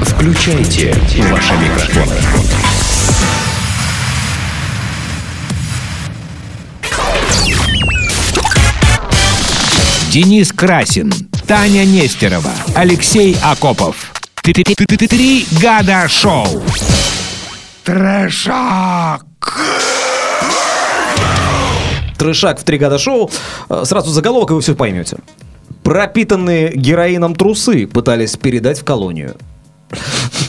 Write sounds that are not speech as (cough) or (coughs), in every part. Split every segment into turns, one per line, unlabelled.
Включайте ваши микрофоны.
Денис Красин, Таня Нестерова, Алексей Акопов. Три года шоу. Трэшак.
Трешак в три года шоу. Э, Сразу заголовок, и вы все поймете. Пропитанные героином трусы пытались передать в колонию.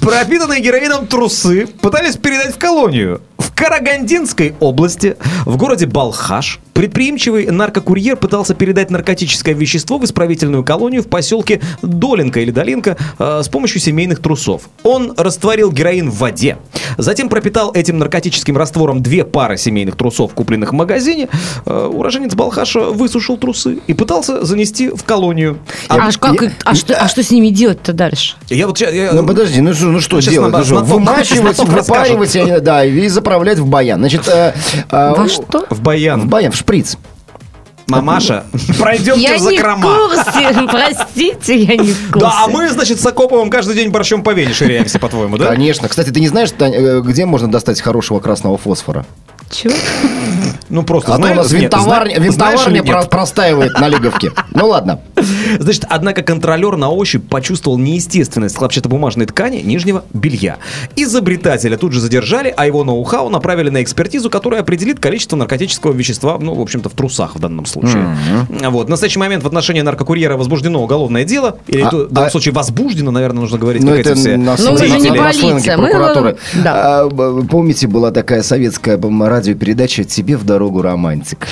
Пропитанные героином трусы пытались передать в колонию. В Карагандинской области, в городе Балхаш, предприимчивый наркокурьер пытался передать наркотическое вещество в исправительную колонию в поселке Долинка или Долинка э, с помощью семейных трусов. Он растворил героин в воде, затем пропитал этим наркотическим раствором две пары семейных трусов, купленных в магазине. Э, уроженец Балхаша высушил трусы и пытался занести в колонию. А
А, ж как, их- а, что, а что с ними делать-то дальше?
я вот щас- я-
Ну подожди, ну что, ну что
Э, Сейчас
делать?
на-
Ну что,
на том-
вымачивать,
на том расскажут.
выпаривать, я не- да, и заправлять в баян. Значит, э, э,
Во что?
А В баян.
В баян, в шприц.
Мамаша, (laughs) пройдемте
Я
в
не в
закрома. (laughs)
курсе, простите, я не в курсе.
Да, а мы, значит, с Акоповым каждый день борщом по Вене ширяемся, по-твоему, да?
Конечно. Кстати, ты не знаешь, Тань, э, где можно достать хорошего красного фосфора?
Чё?
Ну, просто
А то у
знаешь-
нас
нет,
винтоварня,
зна- знаешь или
винтоварня
нет?
про- простаивает на Лиговке.
(laughs)
Ну ладно.
Значит, однако контролер на ощупь почувствовал неестественность хлопчатобумажной ткани нижнего белья. Изобретателя тут же задержали, а его ноу-хау направили на экспертизу, которая определит количество наркотического вещества, ну, в общем-то, в трусах в данном случае. Вот. В настоящий момент в отношении наркурьера возбуждено уголовное дело, или
А-
тут, в данном
а-
случае возбуждено, наверное, нужно говорить,
Ну
как
это
эти все
на
Ну, мы же не
сленге- на
полиция,
сленге
мы- э,
прокуратуры.
да.
А, б- Помните, была такая советская по-моему, радиопередача «Тебе в
(laughs)
дорогу романтик».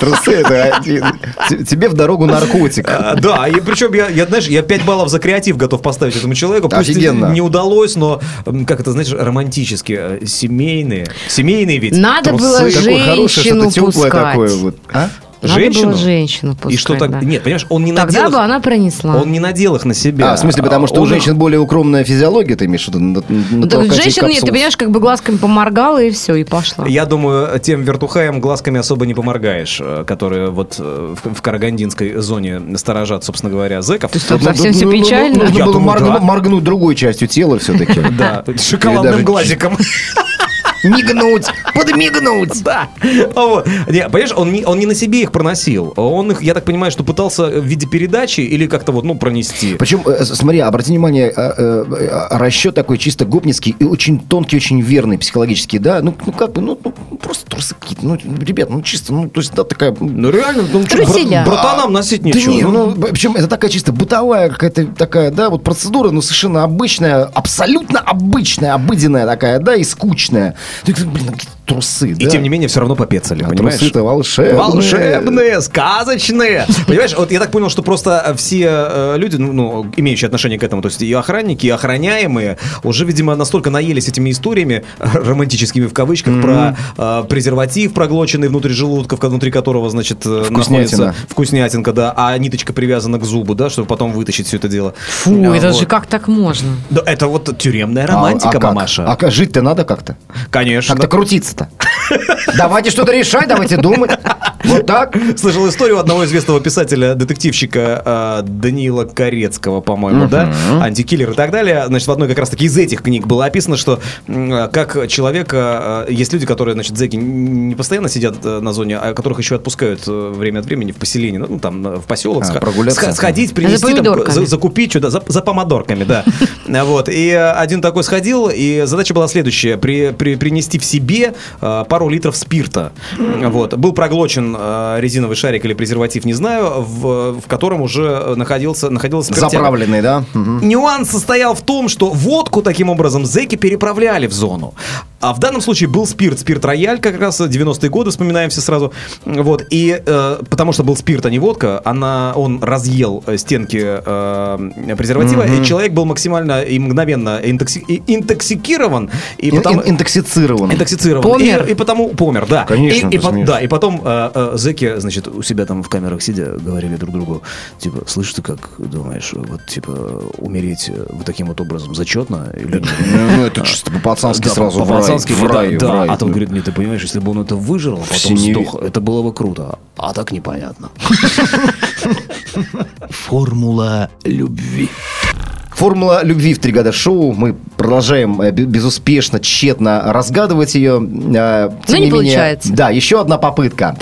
Трусы это один. Т- Тебе в дорогу наркотик.
А, Да, и причем я, я, знаешь, я 5 баллов за креатив готов поставить этому человеку. Пусть и
Офигенно.
не удалось, но м, как это, знаешь, романтически, э, семейные. Семейные ведь.
Надо было
Такое хорошее,
женщину
что-то теплое
пускать.
такое вот. А?
Надо
Женщину?
было женщину пускать.
и что так?
да.
Нет, понимаешь, он не
Тогда
надел.
бы
их-
она пронесла.
Он не надел их на себя.
А, в смысле, потому что у
Он их-
женщин более укромная физиология, ты имеешь в виду? на- на-
Ну,
на
так
толкать
женщина, нет, ты
капсулу?
понимаешь, как бы глазками поморгала и все, и пошла.
Я думаю, тем вертухаем глазками особо не поморгаешь, э, которые вот э, в, в Карагандинской зоне сторожат, собственно говоря, зэков.
Ты что,
Ну,
совсем
ну,
все
ну, ну,
печально?
Нужно
Я
было
думаю,
моргну-
да.
моргнуть другой частью тела все-таки.
Да, шоколадным
(laughs) Или даже
глазиком.
(laughs) Мигнуть, подмигнуть.
Да. А Вот. Не, понимаешь, он не, он не на себе их проносил. Он их, я так понимаю, что пытался в виде передачи или как-то вот, ну, пронести.
Причем, э, с- смотри, обрати внимание, э, э, э, расчет такой чисто гопницкий и очень тонкий, очень верный психологически, да, ну, ну как бы, ну, ну, просто трусы какие-то, ну, ребят, ну чисто, ну, то есть, да, такая... ну,
Ну, реально, ну, чё,
Труселя.
бра- братанам носить нечего.
Да не,
Ну,
ну, причем это такая чисто бытовая какая-то такая, да, вот процедура, ну, совершенно обычная, абсолютно обычная, обыденная такая, да, и скучная. Ты, говоришь, блин, какие трусы, А
И тем не менее, все равно попецали, понимаешь?
трусы-то волшебные. э,
Волшебные, сказочные. Понимаешь, вот я так понял, что просто все э, люди, ну, ну, имеющие отношение к этому, то есть и охранники, и охраняемые, уже, видимо, настолько наелись этими историями, (laughs) романтическими в кавычках, про э, презерватив, проглоченный внутрь желудка, в- внутри которого, значит, э,
Вкуснятина.
находится вкуснятинка, да, а ниточка привязана к зубу, да, чтобы потом вытащить все это дело.
Фу,
А,
это
вот.
же как так можно?
Да, это вот тюремная
А- а
романтика,
как?
мамаша.
А как? жить-то надо как-то?
Конечно.
Как-то крутиться-то. Давайте что-то решать, давайте думать. Вот так.
Слышал историю одного известного писателя-детективщика э, Даниила Корецкого, по-моему, да? Антикиллер и так далее. Значит, в одной как раз-таки из этих книг было описано, что м, э, как человека... э, Есть люди, которые, значит, зэки не постоянно сидят э, на зоне, а которых еще отпускают э, время от времени в поселение, ну, там, э, в поселок.
А,
сха-
прогуляться.
сха- Сходить, принести, там,
помидорками.
за- закупить что-то, за, за помадорками, да. (laughs) Вот. И э, один такой сходил, и задача была следующая. При, при- принести в себе э, пару литров спирта. Вот. Был проглочен э, резиновый шарик или презерватив, не знаю, в, в котором уже находился, находилась спиртяга.
Заправленный, да? Мгм.
Нюанс состоял в том, что водку таким образом зэки переправляли в зону. А в данном случае был спирт, спирт-рояль как раз, 90-е годы, вспоминаем все сразу. Вот, и э, потому что был спирт, а не водка, она, он разъел э, стенки э, презерватива, и человек был максимально и мгновенно интокси- и- интоксикирован. И
Ин-
потом-
ин- Интоксицирован.
Интоксицирован.
Помер.
И, и потому помер, да.
Конечно,
И, и
ты
по-
смеешься.
да, и потом э, э, зэки, значит, у себя там в камерах сидя, говорили друг другу, типа, слышь, ты как думаешь, вот, типа, умереть э, вот таким вот образом зачетно или нет?
Ну, ну, это чисто по-пацански
Да,
сразу в рай.
по-пацански,
в
да,
рай, в
да.
рай.
А там говорит, нет, ты понимаешь, если бы он это выжрал,
В
потом
синеве.
сдох, это было бы круто. А так (laughs) непонятно. Формула любви.
Формула любви в три года шоу. Мы продолжаем э, бе- безуспешно, тщетно разгадывать ее. э, тем
Ну, не
менее,
получается.
Да, еще одна попытка.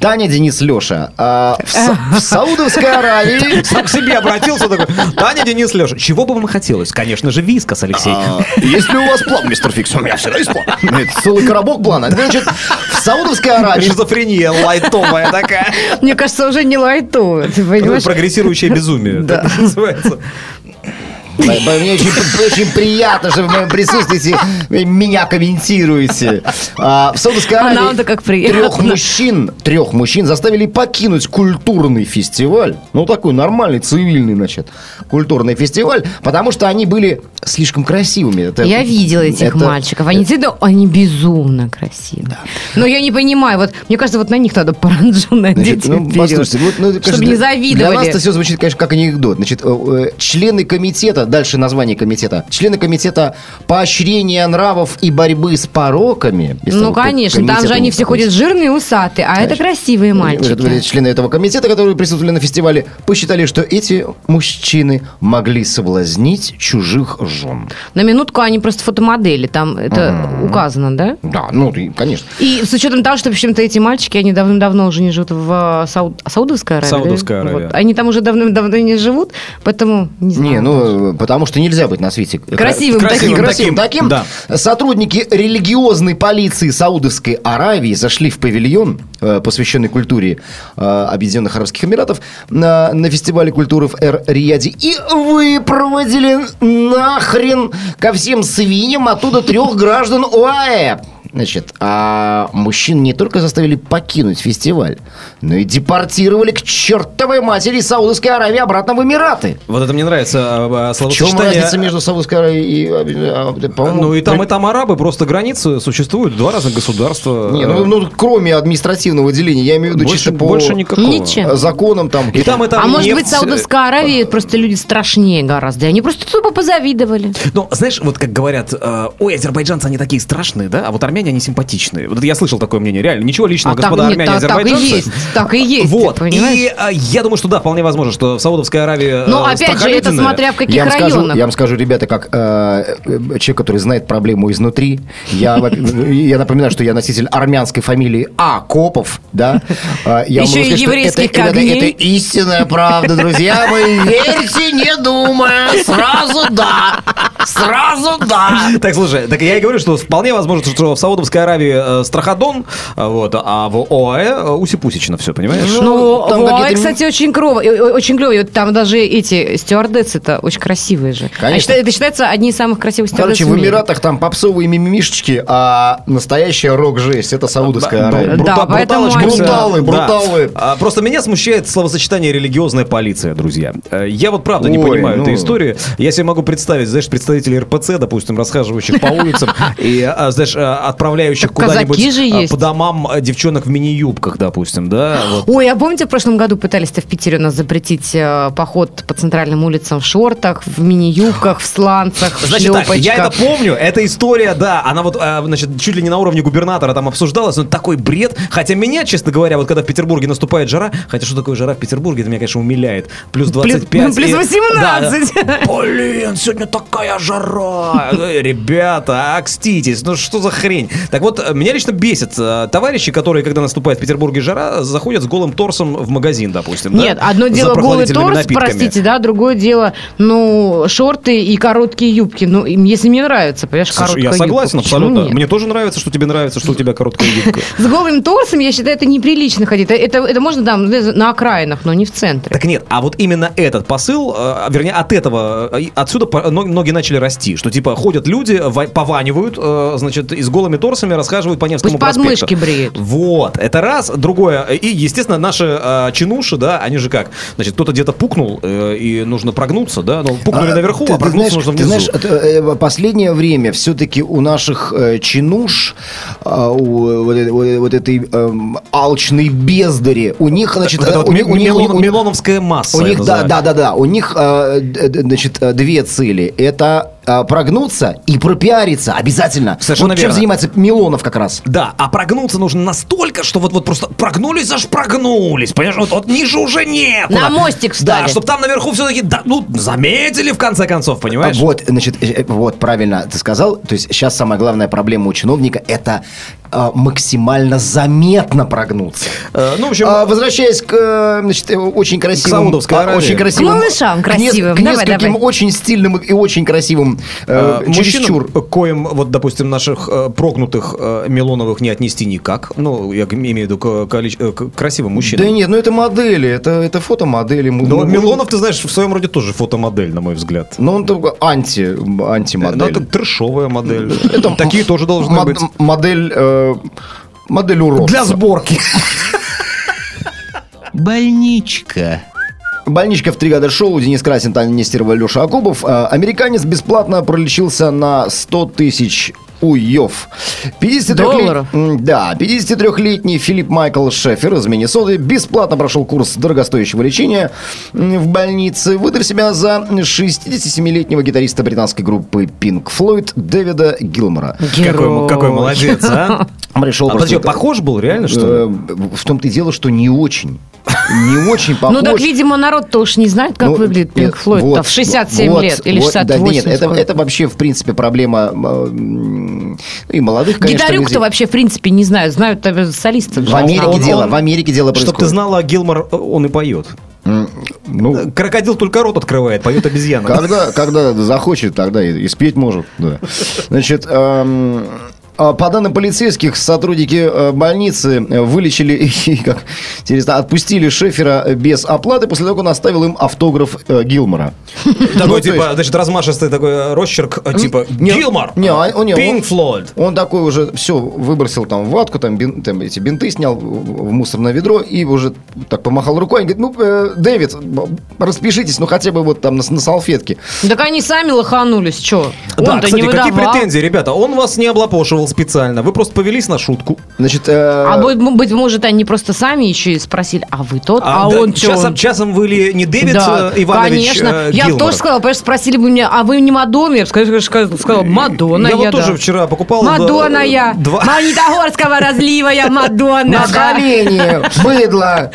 Таня, Денис, Леша. э, в, Са- в Саудовской Аравии...
Сам к себе обратился такой. Таня, Денис, Леша, чего бы вам хотелось? Конечно же, вискас, Алексей.
А, Есть ли у вас план, мистер Фикс? У меня всегда есть план. Нет, Целый коробок плана. Значит, в Саудовской
А,
Аравии...
Шизофрения лайтовая такая.
Мне кажется, уже не лайтово, ты
Ну,
понимаешь?
Прогрессирующее безумие.
Да.
так называется.
Б- б- Мне очень, п- очень приятно, что вы в моем присутствии э, меня комментируете. А, в Саудовской
А
Аравии
нам-то как приятно.
трех мужчин, трех мужчин заставили покинуть культурный фестиваль. Ну, такой нормальный, цивильный, значит, культурный фестиваль, потому что они были слишком красивыми. Это-
Я видела этих
это-
мальчиков. Они действительно, они безумно красивые. Но я не понимаю, вот мне кажется, вот на них надо (laughs) паранджу надеть.
Значит, ну,
вперед,
послушайте, вот, ну,
чтобы
конечно,
не
для-
завидовали.
Для нас это все звучит, конечно, как анекдот. Значит, э, э, члены комитета, дальше название комитета, члены комитета поощрения нравов и борьбы с пороками. если
ну,
вот тут
конечно, там
комитет
же
у
они
них
все
такой Ну,
ходят жирные и усатые, а это красивые
Вот эти
мальчики.
Члены этого комитета, которые присутствовали на фестивале, посчитали, что эти мужчины могли соблазнить чужих жен.
На минутку они просто фотомодели, там это указано, да?
Да, ну, ты, конечно.
И с учетом того, что, в общем-то, эти мальчики, они давным-давно уже не живут в э, Сау- Саудовской Аравии. да?
Саудовская Аравия.
Вот. Они там уже давным-давно не живут, поэтому не знаю.
Не, ну, э, потому что нельзя быть на свете. кра-
Красивым
красивым,
таким.
красивым таким.
Да.
Сотрудники религиозной полиции Саудовской Аравии зашли в павильон, э, посвященный культуре э, Объединенных Арабских Эмиратов, на, на фестивале культуры в Эр-Рияде и выпроводили нахрен ко всем свиньям оттуда трех граждан ОАЭ. Значит, а мужчин не только заставили покинуть фестиваль, но и депортировали к чертовой матери из Саудовской Аравии обратно в Эмираты.
Вот это мне нравится а, а,
В чем
словосочетание.
разница между Саудовской Аравией и... а, а, по-моему,
Ну и там,
при-
и там арабы, просто границы существуют, два разных государства.
Не, ну, ну, кроме административного деления, я имею в виду
э, больше,
чисто по
больше никакого.
Ничем.
э, законам там.
И там, и там
а может
нефть,
быть, Саудовская Аравия просто люди страшнее гораздо. И они просто тупо позавидовали.
Ну, знаешь, вот как говорят, э, ой, азербайджанцы, они такие страшные, да, а вот армяне, они симпатичные. Вот это я слышал такое мнение, реально, ничего личного,
а так,
ну, господа
нет,
армяне,
так- так и
азербайджанцы.
есть, так и есть.
вот,
ты понимаешь?
и э, я думаю, что да, вполне возможно, что в Саудовской Аравии
Но
э,
опять же, это
страхолюдины-
смотря в каких
я вам, скажу,
районах.
я вам скажу, ребята, как э, э, человек, который знает проблему изнутри, я, во- (laughs) я напоминаю, что я носитель армянской фамилии Акопов, да. Э,
Еще
Я могу
и
сказать, что
еврейских
это, ребята,
корней.
это истинная правда, друзья мои. Верьте, не думая, сразу да, сразу да.
Так, слушай, так я и говорю, что вполне возможно, что в Саудовской Аравии э, страходон, э, вот, а в ОАЭ э, усипусично все, понимаешь?
Ну,
там
в
какие-то
Оаэ,
ми-
кстати, очень клево. и- и- Очень клево. И вот Там даже эти стюардессы-то очень красивые же.
Конечно.
Они считают- это считается одни из самых красивых стюардесс
Короче, в
мире.
Эмиратах там попсовые мимимишечки, а настоящая рок-жесть. Это Саудовская
да.
Аравия.
Брута-
поэтому
бруталочка
они-
вся.
Бруталы,
Да.
бруталы.
А, Просто меня смущает словосочетание «религиозная полиция», друзья. Э, Я вот правда не
Ой,
понимаю
ну.
этой истории. Я себе могу представить, знаешь, представителей РПЦ, допустим, расхаживающих по
(laughs)
улицам и, а, знаешь, а, отправляющих
Так казаки
куда-нибудь
же
а,
есть.
по домам а, девчонок в мини-юбках, допустим,
(gasps)
да? вот.
Ой, а помните, в прошлом году пытались-то в Питере у нас запретить э, поход по центральным улицам в шортах, в мини-юбках, в сланцах, в
Значит так, я это
шлёпочках?
помню, эта история, да, она вот, э, значит, чуть ли не на уровне губернатора там обсуждалась, но такой бред, хотя меня, честно говоря, вот когда в Петербурге наступает жара, хотя что такое жара в Петербурге, это меня, конечно, умиляет, плюс 25.
плюс
и-
18.
Да, да. Блин, сегодня такая жара. Э, Ребята, окститесь, ну что за хрень? Так вот, э, меня лично бесит э, товарищи, которые, когда наступает в Петербурге жара, заходят с голым торсом в магазин, допустим. да,
(laughs) Нет, одно
за
дело голый
прохладительными
торс,
напитками.
простите, да, другое дело, ну, шорты и короткие юбки. Ну, им- если мне нравится, понимаешь,
Слушай,
короткая
я
юбка,
согласен
почему
абсолютно.
нет?
Мне тоже нравится, что тебе нравится, что у тебя короткая юбка.
С голым торсом, я считаю, это неприлично ходить. Это, это можно там на окраинах, но не в центре.
(laughs) Так нет, а вот именно этот посыл, э, вернее, от этого, э, и отсюда по- но- многие начали расти, что типа ходят люди, ва- пованивают, э, значит, и с голыми торсами расхаживают по Невскому
Пусть
проспекту.
подмышки бреют.
Вот, это раз. Другое, э, и, естественно, наши э, чинуши, да, они же как, значит, кто-то где-то пукнул, э, и нужно прогнуться, да, ну, пукнули
А,
наверху,
ты-
а
ты
прогнуться
знаешь-
нужно
Ты
внизу.
знаешь, это, э, в последнее время все-таки у наших э, чинуш, а, у э, вот, э- вот э- вот этой эм, алчной бездари, у них, значит,
Вот это
э,
вот
у
ми-
них- у них- у
милон-
них-
Милоновская масса.
у
я
них, да,
называю.
да, да, да, у них, э, д- д- значит, э, две цели. Это э, э, прогнуться и пропиариться обязательно.
Совершенно
вот чем
верно.
занимается Милонов как раз.
Да, а прогнуться нужно настолько, что вот, вот просто прогнулись, аж прогнулись. Понимаешь, вот, вот ниже уже нет.
На мостик встали.
Да, чтобы там наверху все-таки, да, ну, заметили в конце концов, понимаешь?
Вот, значит, э, э, вот правильно ты сказал. То есть сейчас самая главная проблема у чиновника это э, максимально заметно прогнуться.
Э, ну, в общем,
А, возвращаясь к, э, значит, э, очень красивым...
Саудовской
а,
Аравии.
Очень красивым...
К малышам
к не-
красивым.
К
Давай,
нескольким
давай.
очень стильным и очень красивым э,
э, мужчинам,
чересчур.
э, коим, вот, допустим, наших э, прогнутых э, Милоновых не отнести никак. Ну, я г- имею в виду к, количе- э, к красивым мужчинам.
Да нет, ну это модели, это, это фотомодели. м-
Но
м-
Милонов, ты знаешь, в своем роде тоже фотомодель, на мой взгляд.
Ну он только анти, м,
Ну,
антимодель.
это трешовая модель.
Это
Такие тоже должны
мод-
быть.
Модель... э, модель уродца.
Для сборки.
Больничка.
Больничка в три года шоу. Денис Красин, Таня Нестерова, Леша Акубов. Э, Американец бесплатно пролечился на 100 тысяч уев. 53
Долларов.
М, Да, 53-летний Филипп Майкл Шефер из Миннесоты бесплатно прошел курс дорогостоящего лечения м, в больнице, выдав себя за 67-летнего гитариста британской группы Pink Floyd Дэвида Гилмора.
Какой,
Герой.
м- какой молодец, а?
Пришел
А подожди, похож был реально, что ли?
Э, В том-то и дело, что не очень. Не очень похож.
Ну так, видимо, народ-то уж не знает, как
Ну,
выглядит
э,
Пинк Флойд
вот,
в 67
вот,
лет или
вот, да,
68.
нет, это,
сколько.
это вообще, в принципе, проблема э, м, и молодых, конечно,
Гитарюк-то
людей.
вообще, в принципе, не знают. Знают э, солистов.
В Америке
Он-
дело,
он-
в Америке дело
Чтоб ты
происходит.
знала, Гилмор, э, он и поет.
Ну,
Э, Крокодил только рот открывает, поет обезьяна.
Когда, когда захочет, тогда и, и спеть может. да. Значит, эм, а по данным полицейских, сотрудники э, больницы э, вылечили (laughs) и, как интересно, отпустили Шефера без оплаты после того, как он оставил им автограф э, Гилмора. Ну,
Такой,
то
типа, значит, размашистый такой э, росчерк, э, типа,
Не,
Гилмор,
не, а, он- не, он-
Пинк Флойд.
Он такой уже все выбросил там в ватку, там, бин- там эти бинты снял в в мусорное ведро и уже так помахал рукой. Он говорит, ну, э, Дэвид, б- распишитесь, ну, хотя бы вот там на, с- на салфетке.
Ну Так они сами лоханулись, что?
Да,
Он-то
кстати,
не
какие
выдавал.
претензии, ребята? Он вас не облапошивал специально. Вы просто повелись на шутку.
Значит, э,
А быть, быть может, они просто сами еще и спросили, а вы тот, а,
да,
он что?
часом, часом вы ли не Дэвид
Да,
э, Иванович
конечно.
э,
я бы
Гилмор?
тоже сказала, потому что спросили бы меня, а вы не Мадонна? Я бы сказала, сказала, сказала, Мадонна я,
Э, я вот тоже
да».
вчера покупал... да,
Мадонна
э,
я,
Два...
Магнитогорского разлива я, Мадонна,
на
да.
колени, быдло.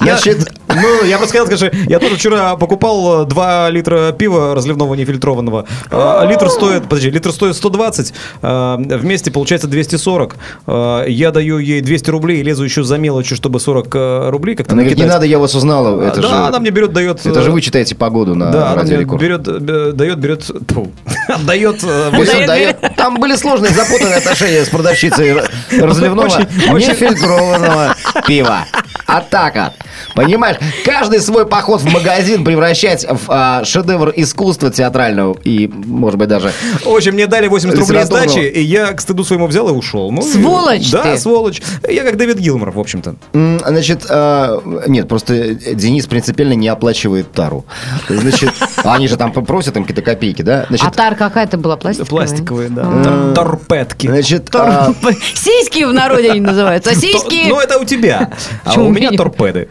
Значит,
Ну, я просто хотел сказать, что я тоже вчера покупал э, 2 литра пива разливного нефильтрованного. А, Литр стоит, подожди, литр стоит 120, а, вместе получается 240. А, Я даю ей 200 рублей и лезу еще за мелочью, чтобы 40 э, рублей как-то
она говорит, не
накидать.
надо, я вас узнала. Это
да,
же,
она мне берет, дает...
это
э,
же вы читаете погоду на
Да, она
радио
мне
Рекорд.
берет, э, дает, берет... тьфу, (laughs) Отдает... э,
То есть он
Дает-
дает- Там были сложные, запутанные отношения с продавщицей р- разливного,
Очень- очень-
нефильтрованного пива. Атака. Понимаешь, каждый свой поход в магазин превращать в а, шедевр искусства театрального и, может быть, даже...
В общем, мне дали 80 рублей
Литературного.
сдачи, и я к стыду своему взял и ушел. Ну, и-
Сволочь
Да,
ты.
сволочь. Я как Дэвид Гилмор, в общем-то.
М, Значит, а, нет, просто Денис принципиально не оплачивает тару. Значит, они же там просят им какие-то копейки, да? Значит,
А тар какая-то была, пластиковая?
Пластиковые, да. Тор- Торпедки.
значит а,
Сиськи в народе они называются. а Сиськи!
Ну, это у тебя. А
Почему
у
у
меня
меня?
торпеды.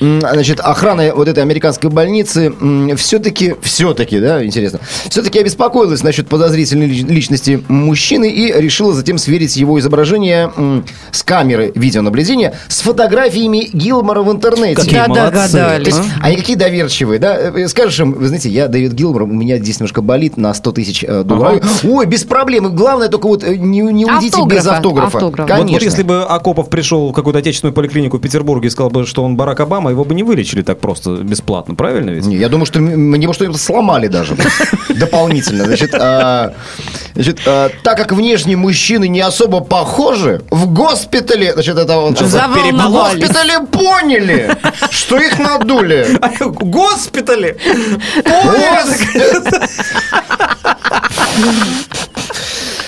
М, Значит, охрана вот этой американской больницы все-таки, все-таки, да, интересно, все-таки обеспокоилась насчет подозрительной лич- личности мужчины и решила затем сверить его изображение м, с камеры видеонаблюдения с фотографиями Гилмора в интернете.
Какие
Да,
ну, молодцы.
То
догадались.
есть, а они какие доверчивые, да? Э, Скажешь им, вы знаете, я Дэвид Гилмор, у меня здесь немножко болит на 100 тысяч э, долларов. Ой, без проблем. И Главное только вот э, не, не уйдите без
Автографа.
автографа.
Автограф.
Конечно.
Вот, вот если бы Акопов пришел в какую-то отечественную поликлинику в Петербурге и сказал бы, что он Барак Обама, его бы не вылечили так просто бесплатно, правильно ведь? (laughs)
Не, я думаю, что м- мне его что-нибудь сломали даже. (laughs) Дополнительно. Значит, а, значит, а, так как внешне мужчины не особо похожи, в госпитале... Значит, это он
А?
что-то-
Заволновались.
В госпитале поняли, что их надули.
Госпитали!
Госпиталь.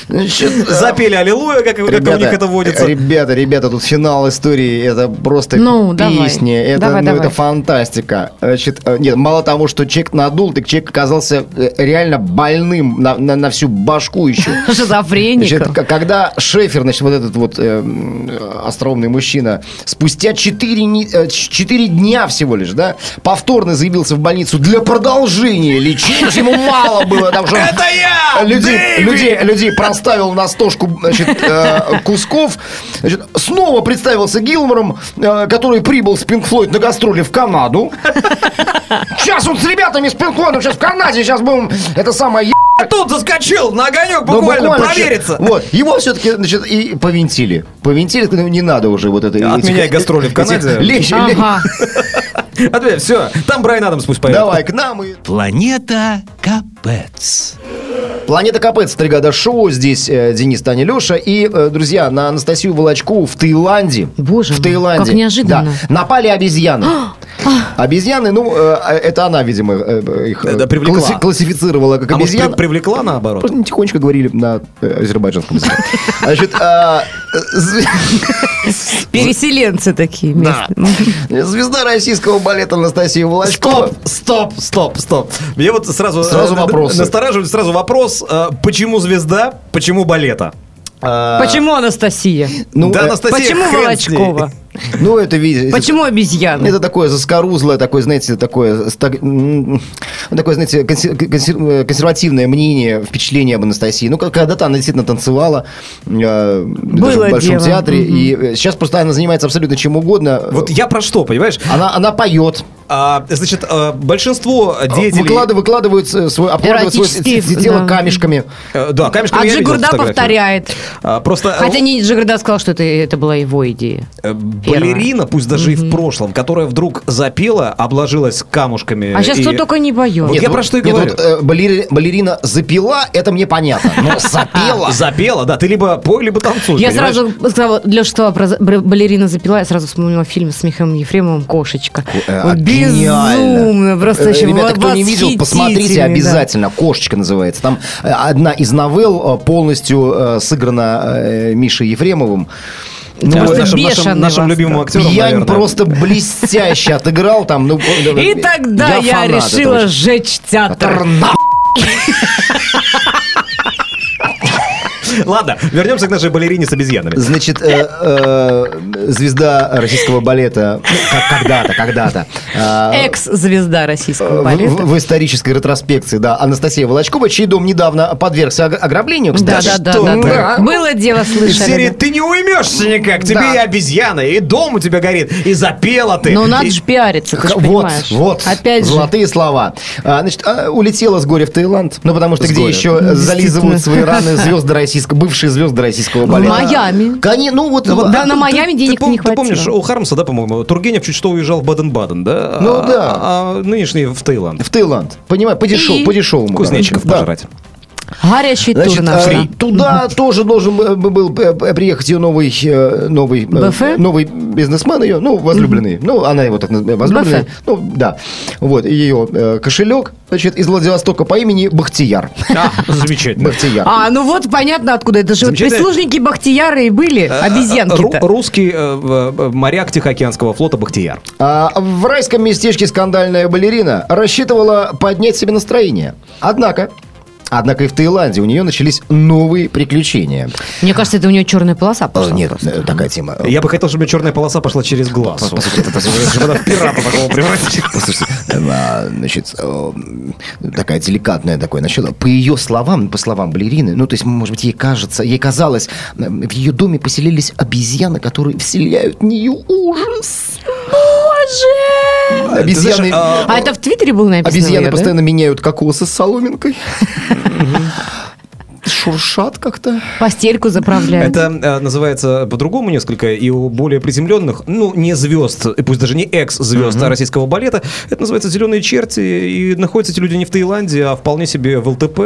Значит, э,
Запели аллилуйя, как, как у них это водится.
Ребята, ребята, тут финал истории, это просто
Ну, давай.
песни, это,
Давай,
ну,
давай.
это фантастика. Значит, э, нет, мало того, что человек надул, так человек оказался э, реально больным на, на- на всю башку еще.
(laughs) Шизофреников.
Значит, к- когда Шефер, значит, вот этот вот эм, э, остроумный мужчина, спустя 4, дня всего лишь, да, повторно заявился в больницу для продолжения лечения, ему мало было, там же он
Это я!
людей,
Дэви!
людей, людей проставил на стошку значит, э, кусков. Значит, снова представился Гилмором, э, который прибыл с Пинк Флойд на гастроли в Канаду. Сейчас он с ребятами с Пинк Флойдом, сейчас в Канаде, сейчас будем это самое е-
А Тут заскочил на огонек
ну,
буквально,
че-
провериться.
Вот, его все-таки, значит, и повинтили. Повинтили, ну, не надо уже вот это.
Отменяй
этих-
гастроли в
этих
Канаде.
лещ- лещ-
Ага.
Ответ, все, А там Брайан Адамс пусть поет.
Давай к нам и...
Планета Капец.
Планета Капец, Тригада Шоу, здесь э, Денис, Таня, Леша. И, э, друзья, на Анастасию Волочку в Таиланде.
Боже
в
мой,
Таиланде.
как неожиданно. А!
Да,
(gasps)
напали обезьяны. обезьяны, ну, э, это она, видимо, э, э, их э,
Да, привлекла.
класси- классифицировала как
А может,
обезьян.
при- привлекла наоборот?
Просто тихонечко говорили на э,
(laughs)
азербайджанском языке. Значит, э, з-
Переселенцы такие
Да.
местные.
(laughs) звезда российского балета Анастасия Волочкова.
Стоп, стоп, стоп, стоп. Мне вот сразу,
Сразу
э, н-
вопросы.
настораживает сразу вопрос, э, почему звезда, почему балета? А,
Почему Анастасия?
Ну,
да,
э,
Анастасия,
Почему
хрен с ней.
Волочкова?
ну, это видите.
Почему
Ну.
обезьяны?
Это такое заскорузлое, такое, знаете, такое, стаг- м, такое, знаете, консер- консер- э, консервативное мнение, впечатление об Анастасии. Ну, как- когда-то она действительно танцевала э, даже в Большом
дело.
театре. И э, сейчас просто она занимается абсолютно чем угодно.
Э, Вот я про что, понимаешь?
Она, она поет,
А, значит, э, большинство
А,
деятелей...
выкладывает, выкладывает э, свой, обкладывает свой
Эротические,
ц- тело
да.
камешками.
Э, Да, камешками
А
я видел
Джигурда
фотографию.
повторяет.
А, Просто э,
Хотя не Джигурда сказал, что это, это была его идея.
э, балерина, пусть даже и в прошлом, которая вдруг запела, обложилась камушками.
А сейчас
Э, и-
кто только не поет.
Нет, я про что и
нет,
говорю.
вот, э, балери- балерина запила, это мне понятно.
(laughs)
Но запела.
Ну, Запела, да, ты либо пой, либо танцуй.
Я
понимаешь?
сразу сказала, Леша сказала про за- бр- балерина запила, я сразу вспомнила фильм с Михаилом Ефремовым «Кошечка».
Э,
Вот безумно,
гениально. Э,
просто еще во-
Ребята, кто не видел, посмотрите
восхитительный, да.
обязательно. Кошечка называется. Там э, одна из новелл э, полностью э, сыграна э, Мишей Ефремовым. Ну,
Ну,
Просто
э,
нашим, нашим-
бешеный
нашим
вас,
любимым
да.
актером,
Пьянь
наверное.
просто блестяще отыграл там. Ну,
И тогда я,
фанат этого
решила
человека.
сжечь театр.
Ладно, вернемся к нашей балерине с обезьянами.
Значит, э, э, звезда российского балета, ну, как- когда-то, когда-то, э,
Экс-звезда российского
В, в-
балета.
в исторической ретроспекции, да, Анастасия Волочкова, чей дом недавно подвергся ог- ограблению,
Да, да,
кстати.
да,
Что?
да,
Да.
да. Было дело,
Из серии
слышали. да.
«Ты не уймешься никак, тебе
Да.
и обезьяна, и дом у тебя горит, и запела ты».
Но Ну, надо
И-
же пиариться, ты же
Х- Вот,
понимаешь.
вот,
Опять же.
золотые слова. А, значит, а, улетела с горя в Таиланд, ну потому что
С
где
горя.
еще
Ну,
зализывают
действительно.
свои
(laughs)
раны звезды российского, бывшие звезды российского балета?
Майами.
Кони- ну вот,
Ну вот,
Да,
а,
на
ты-
Майами
ты
денег
пом-
не
Ты помнишь,
хватило.
у Хармса, да, по-моему, Тургенев чуть что уезжал в Баден-Баден, да?
Ну
А-
да.
А нынешний в Таиланд.
в Таиланд, понимаю, по
И?
дешевому, по дешевому.
Кузнечиков
короче. Да.
пожрать.
Горячий тур
Значит,
наш.
э,
да.
туда тоже должен б- б- был э, приехать ее новый, э, новый, э,
Бэфе?
новый бизнесмен ее, ну, возлюбленный. Ну, она его так называет, возлюбленный.
Бэфе.
Ну, да. Вот, ее э, кошелек, значит, из Владивостока по имени Бахтияр.
Да, замечательно.
Бахтияр.
А, ну вот понятно, откуда это же. Вот
Замечательно.
прислужники Бахтияра и были,
А, Ру-
обезьянки-то.
Русский э, в- э, моряк Тихоокеанского флота Бахтияр.
А, в райском местечке скандальная балерина рассчитывала поднять себе настроение. Однако... Однако и в Таиланде у нее начались новые приключения.
Мне кажется, это у нее черная полоса
Э,
пошла.
Нет,
просто.
э, такая тема.
Я бы хотел, чтобы у меня черная полоса пошла через глаз.
По- по сути, это-
(laughs) Чтобы она в пирата такого превратилась.
Послушайте, эм, а, значит, э, такая деликатная такое начало. По ее словам, по словам балерины, ну, то есть, может быть, ей кажется, ей казалось, эм, в ее доме поселились обезьяны, которые вселяют в нее ужас.
Боже!
Обезьяны,
знаешь,
А это в Твиттере было написано?
обезьяны
Вера, да?
постоянно меняют кокосы с соломинкой. Шуршат как-то.
Постельку заправляют.
Это э, называется по-другому несколько, и у более приземленных, ну, не звезд, и пусть даже не экс-звезд а российского балета, это называется «Зеленые черти», и находятся эти люди не в Таиланде, а вполне себе в ЛТП.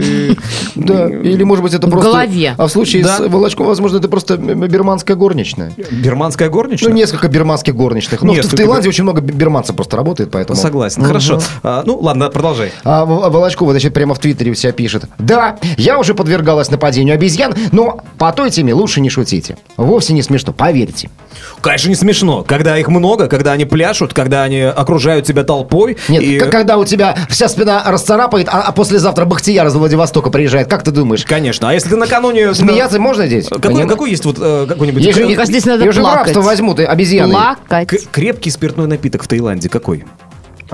и-
Да, или, может быть, это
В
просто...
голове.
А в случае
Да.
с Волочком, возможно, это просто м- бирманская горничная.
Бирманская горничная?
Ну, несколько бирманских горничных. Ну, в- в
Несколько.
Таиланде очень много бирманцев просто работает, поэтому...
Согласен, хорошо. А, ну, ладно, продолжай.
А В- Волочкова, значит, прямо в Твиттере у себя пишет. Да, я тоже подвергалась нападению обезьян, но по той теме лучше не шутите. Вовсе не смешно, поверьте.
Конечно, не смешно. Когда их много, когда они пляшут, когда они окружают тебя толпой.
Нет,
и-
к- когда у тебя вся спина расцарапает, а, а послезавтра Бахтияр из Владивостока приезжает, как ты думаешь?
Конечно. А если ты накануне...
Смеяться можно здесь?
Какой,
Понятно?
какой есть вот э, какой-нибудь...
Есть же-
креп-
Мне кажется, здесь надо
я же в
плакать.
рабство возьму, ты обезьяны.
Плакать. А
к- крепкий спиртной напиток в Таиланде какой?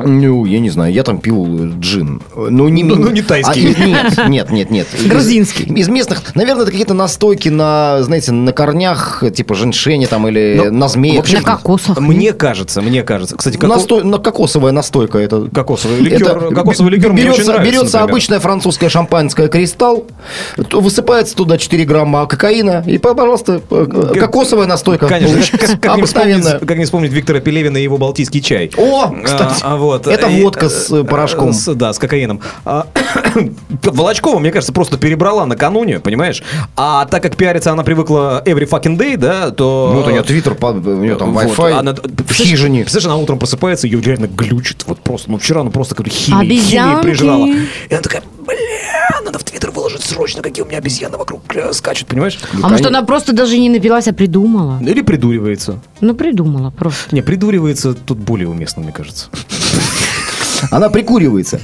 Ну, я не знаю, я там пил э, джин. Э, Ну, не,
Ну,
ми-
ну, не тайский.
А, нет, нет,
(laughs)
нет, нет. Из-
Грузинский.
Из местных, наверное, это какие-то настойки на, знаете, на корнях, э, типа женьшеня там или
Ну,
на змеях.
на кокосах.
Мне кажется, мне кажется. Кстати, како-
Насто- на кокосовая настойка это.
кокосовый ликер,
Это
кокосовый ликер мне
берется,
очень нравится,
берется
например.
обычная французская шампанское кристалл, то высыпается туда 4 грамма кокаина, и, пожалуйста, э, кокосовая настойка.
Конечно, как, как- как не
Обыкновенная.
вспомнить, как не вспомнить Виктора Пелевина и его балтийский чай.
О, кстати,
А, а вот,
это
и,
водка с э, порошком.
с- да, с кокаином. А, (coughs) Волочкова, мне кажется, просто перебрала накануне, понимаешь? А так как пиариться она привыкла every fucking day, да, то...
Ну, вот у нее твиттер, па- у нее там
Э, Вот,
Wi-Fi
она-
в
Слышь,
хижине.
Слышишь, она утром просыпается, ее реально глючит. Вот просто. Ну, вчера она просто говорит, химии, химии
Обезьянки.
прижрала. И она такая, блин, надо в Твиттер выложить срочно, какие у меня обезьяны вокруг э, скачут, понимаешь?
А может, она просто даже не напилась, а придумала?
Или придуривается.
Ну, придумала просто.
Не, придуривается тут более уместно, мне кажется.
Она прикуривается.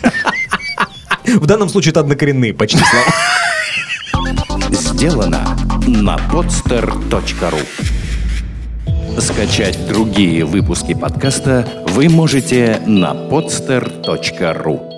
В данном случае это однокоренные почти слова.
Сделано на podster.ru Скачать другие выпуски подкаста вы можете на podster.ru